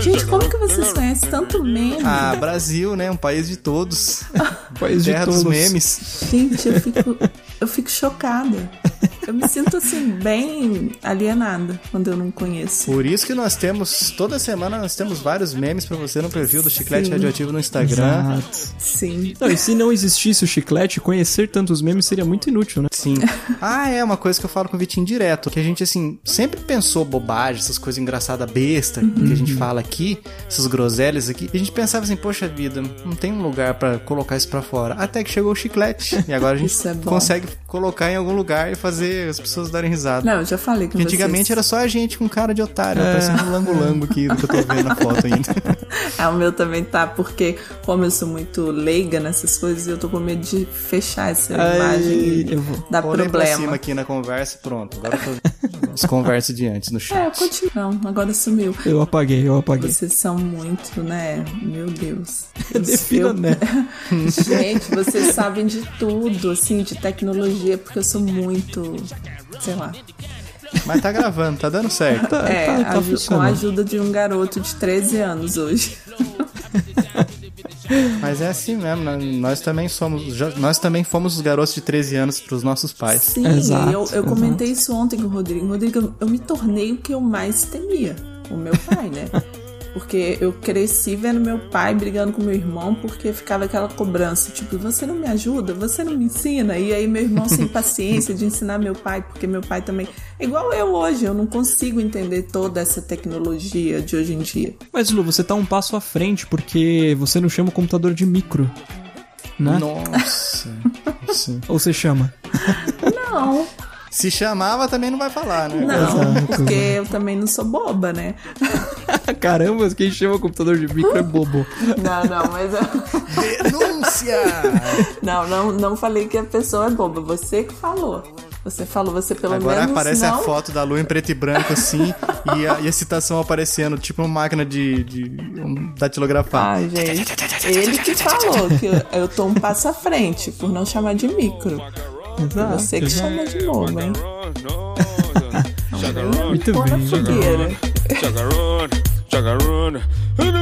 Gente, como que vocês conhecem tanto meme? Ah, Brasil, né? Um país de todos. País de Terra todos. dos memes. Gente, eu fico, eu fico chocada. Eu me sinto assim, bem alienada quando eu não conheço. Por isso que nós temos, toda semana nós temos vários memes pra você no perfil do Chiclete Sim. Radioativo no Instagram. Exato. Sim. Não, e se não existisse o chiclete, conhecer tantos memes seria muito inútil, né? Sim. Ah, é uma coisa que eu falo com o Vitinho direto, que a gente, assim, sempre pensou bobagem, essas coisas engraçadas, besta, que a gente fala aqui, essas groselhas aqui, e a gente pensava assim, poxa vida, não tem um lugar pra colocar isso pra fora. Até que chegou o chiclete, e agora a gente Isso é bom. consegue colocar em algum lugar e fazer as pessoas darem risada. Não, eu já falei com Que Antigamente vocês. era só a gente com cara de otário, parecendo um lango-lango aqui que eu tô vendo na foto ainda. Ah, o meu também tá, porque como eu sou muito leiga nessas coisas, eu tô com medo de fechar essa Ai, imagem e eu vou- dar Olhei pra cima problema. aqui na conversa, pronto. Agora eu tô... as conversas de antes no É, chat. continua. Não, agora sumiu. Eu apaguei, eu apaguei. Vocês são muito, né? Meu Deus. Defina, né? Gente, vocês sabem de tudo, assim, de tecnologia, porque eu sou muito, sei lá. Mas tá gravando, tá dando certo. Tá, é, tá, tá aju- com a funcionando. ajuda de um garoto de 13 anos hoje. Mas é assim mesmo, né? nós também somos, já- nós também fomos os garotos de 13 anos pros nossos pais. Sim, Exato, eu, eu exato. comentei isso ontem com o Rodrigo. Rodrigo, eu, eu me tornei o que eu mais temia, o meu pai, né? Porque eu cresci vendo meu pai brigando com meu irmão, porque ficava aquela cobrança, tipo, você não me ajuda, você não me ensina. E aí meu irmão sem paciência de ensinar meu pai, porque meu pai também. é Igual eu hoje, eu não consigo entender toda essa tecnologia de hoje em dia. Mas, Lu, você tá um passo à frente, porque você não chama o computador de micro, né? Nossa. Sim. Ou você chama? Não, Se chamava também não vai falar, né? não, Exato. porque eu também não sou boba, né? Ah, Caramba, quem chama o computador de micro é bobo. Não, não, mas eu. Denúncia! Não, não, não falei que a pessoa é boba. Você que falou. Você falou, você pelo Agora menos aparece não... a foto da lua em preto e branco assim e a, e a citação aparecendo, tipo uma máquina de, de um datilografar. Ai, gente. Ele que falou que eu, eu tô um passo à frente por não chamar de micro. Exato. Você que chama de boba, hein? Chacarone, Muito Pô na bem. fogueira. chacarone, chacarone.